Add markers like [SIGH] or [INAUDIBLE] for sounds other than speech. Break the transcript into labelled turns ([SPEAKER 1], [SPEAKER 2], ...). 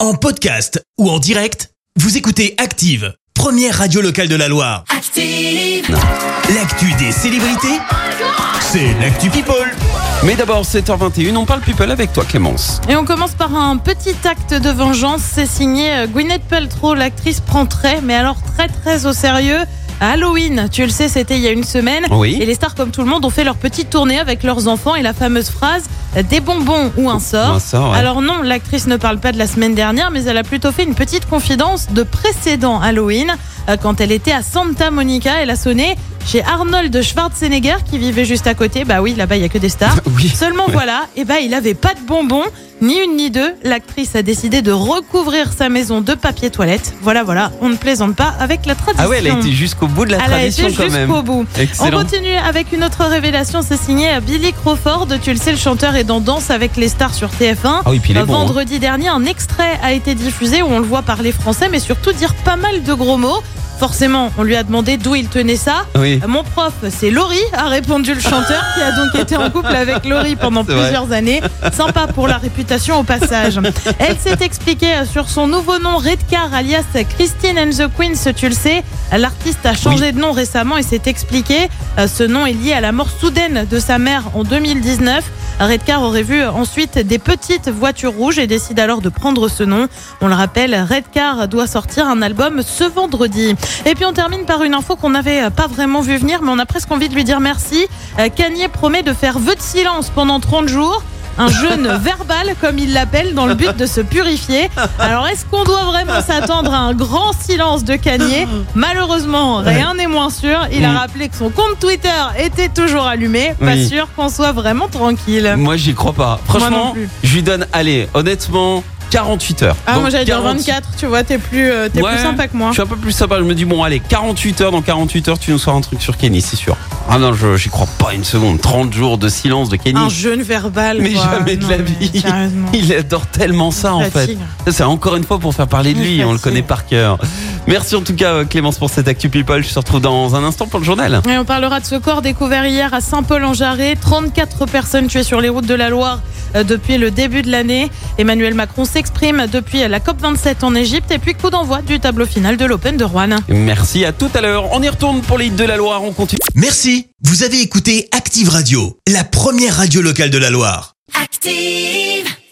[SPEAKER 1] En podcast ou en direct, vous écoutez Active, première radio locale de la Loire.
[SPEAKER 2] Active,
[SPEAKER 1] L'actu des célébrités, c'est l'actu People.
[SPEAKER 3] Mais d'abord, 7h21, on parle people avec toi, Clémence.
[SPEAKER 4] Et on commence par un petit acte de vengeance. C'est signé euh, Gwyneth Paltrow, l'actrice prend très, mais alors très très au sérieux. à Halloween, tu le sais, c'était il y a une semaine.
[SPEAKER 3] Oui.
[SPEAKER 4] Et les stars, comme tout le monde, ont fait leur petite tournée avec leurs enfants et la fameuse phrase des bonbons ou un sort.
[SPEAKER 3] Ou un sort, ouais.
[SPEAKER 4] Alors non, l'actrice ne parle pas de la semaine dernière, mais elle a plutôt fait une petite confidence de précédent Halloween euh, quand elle était à Santa Monica. Elle a sonné chez Arnold Schwarzenegger qui vivait juste à côté. Bah oui, là-bas il y a que des stars.
[SPEAKER 3] [LAUGHS] Oui.
[SPEAKER 4] Seulement voilà, eh ben, il n'avait pas de bonbons, ni une ni deux. L'actrice a décidé de recouvrir sa maison de papier toilette. Voilà, voilà, on ne plaisante pas avec la tradition.
[SPEAKER 3] Ah ouais, elle a été jusqu'au bout de la
[SPEAKER 4] Elle a été
[SPEAKER 3] tradition quand même.
[SPEAKER 4] jusqu'au bout.
[SPEAKER 3] Excellent.
[SPEAKER 4] On continue avec une autre révélation, c'est signé Billy Crawford. Tu le sais, le chanteur est dans Danse avec les stars sur TF1.
[SPEAKER 3] Ah oui, puis il est bon, hein.
[SPEAKER 4] Euh, Vendredi dernier, un extrait a été diffusé où on le voit parler français, mais surtout dire pas mal de gros mots. Forcément, on lui a demandé d'où il tenait ça.
[SPEAKER 3] Oui.
[SPEAKER 4] Euh, Mon prof, c'est Laurie, a répondu le chanteur, qui a donc été en couple avec Laurie
[SPEAKER 3] [LAUGHS]
[SPEAKER 4] pendant
[SPEAKER 3] C'est vrai.
[SPEAKER 4] plusieurs années. Sympa pour la réputation au passage. Elle s'est expliquée sur son nouveau nom, Redcar, alias Christine and the Queens, tu le sais. L'artiste a changé de nom récemment et s'est expliqué. Euh, Ce nom est lié à la mort soudaine de sa mère en 2019. Redcar aurait vu ensuite des petites voitures rouges et décide alors de prendre ce nom. On le rappelle, Redcar doit sortir un album ce vendredi. Et puis on termine par une info qu'on n'avait euh, pas vraiment vu venir, mais on a presque envie de lui dire merci. Euh, Kanye promet de faire vœu de silence pendant 30 jours.
[SPEAKER 3] [LAUGHS]
[SPEAKER 4] Un jeûne verbal, comme il l'appelle, dans le but de se purifier. Alors, est-ce qu'on doit vraiment s'attendre à un grand silence de Kanye Malheureusement, rien n'est moins sûr. Il a
[SPEAKER 3] Mm.
[SPEAKER 4] rappelé que son compte Twitter était toujours allumé. Pas
[SPEAKER 3] Oui.
[SPEAKER 4] sûr qu'on soit vraiment tranquille.
[SPEAKER 3] Moi, j'y crois pas. Franchement,
[SPEAKER 4] non plus.
[SPEAKER 3] je lui donne, allez, honnêtement, 48 heures.
[SPEAKER 4] Ah,
[SPEAKER 3] Dans
[SPEAKER 4] moi j'allais dire
[SPEAKER 3] 40
[SPEAKER 4] 24, tu vois, t'es plus, euh, t'es
[SPEAKER 3] Ouais.
[SPEAKER 4] plus sympa que moi.
[SPEAKER 3] Je suis un peu plus sympa. Je me dis, bon, allez, 48 heures, dans 48 heures, tu nous sors un truc sur Kenny, c'est sûr. Ah non, je- j'y crois pas une seconde. 30 jours de silence de Kenny.
[SPEAKER 4] Un jeûne verbal.
[SPEAKER 3] Mais
[SPEAKER 4] quoi.
[SPEAKER 3] jamais de
[SPEAKER 4] Non,
[SPEAKER 3] la
[SPEAKER 4] mais
[SPEAKER 3] vie.
[SPEAKER 4] Sérieusement.
[SPEAKER 3] Il adore tellement ça, en fait.
[SPEAKER 4] Fatigue.
[SPEAKER 3] Ça, C'est encore une fois pour faire parler de
[SPEAKER 4] Il
[SPEAKER 3] lui, on le
[SPEAKER 4] fatigue.
[SPEAKER 3] connaît par cœur. Merci en tout cas euh, Clémence pour cette Actu People, je te retrouve dans un instant pour le journal.
[SPEAKER 4] Et on parlera de ce corps découvert hier à Saint-Paul-en-Jarret. 34 personnes tuées sur les routes de la Loire euh, depuis le début de l'année. Emmanuel Macron s'exprime depuis la COP27 en Égypte. Et puis coup d'envoi du tableau final de l'Open de Rouen.
[SPEAKER 3] Merci, à tout à l'heure. On y retourne pour les hits de la Loire, on continue.
[SPEAKER 1] Merci, vous avez écouté Active Radio, la première radio locale de la Loire.
[SPEAKER 2] active.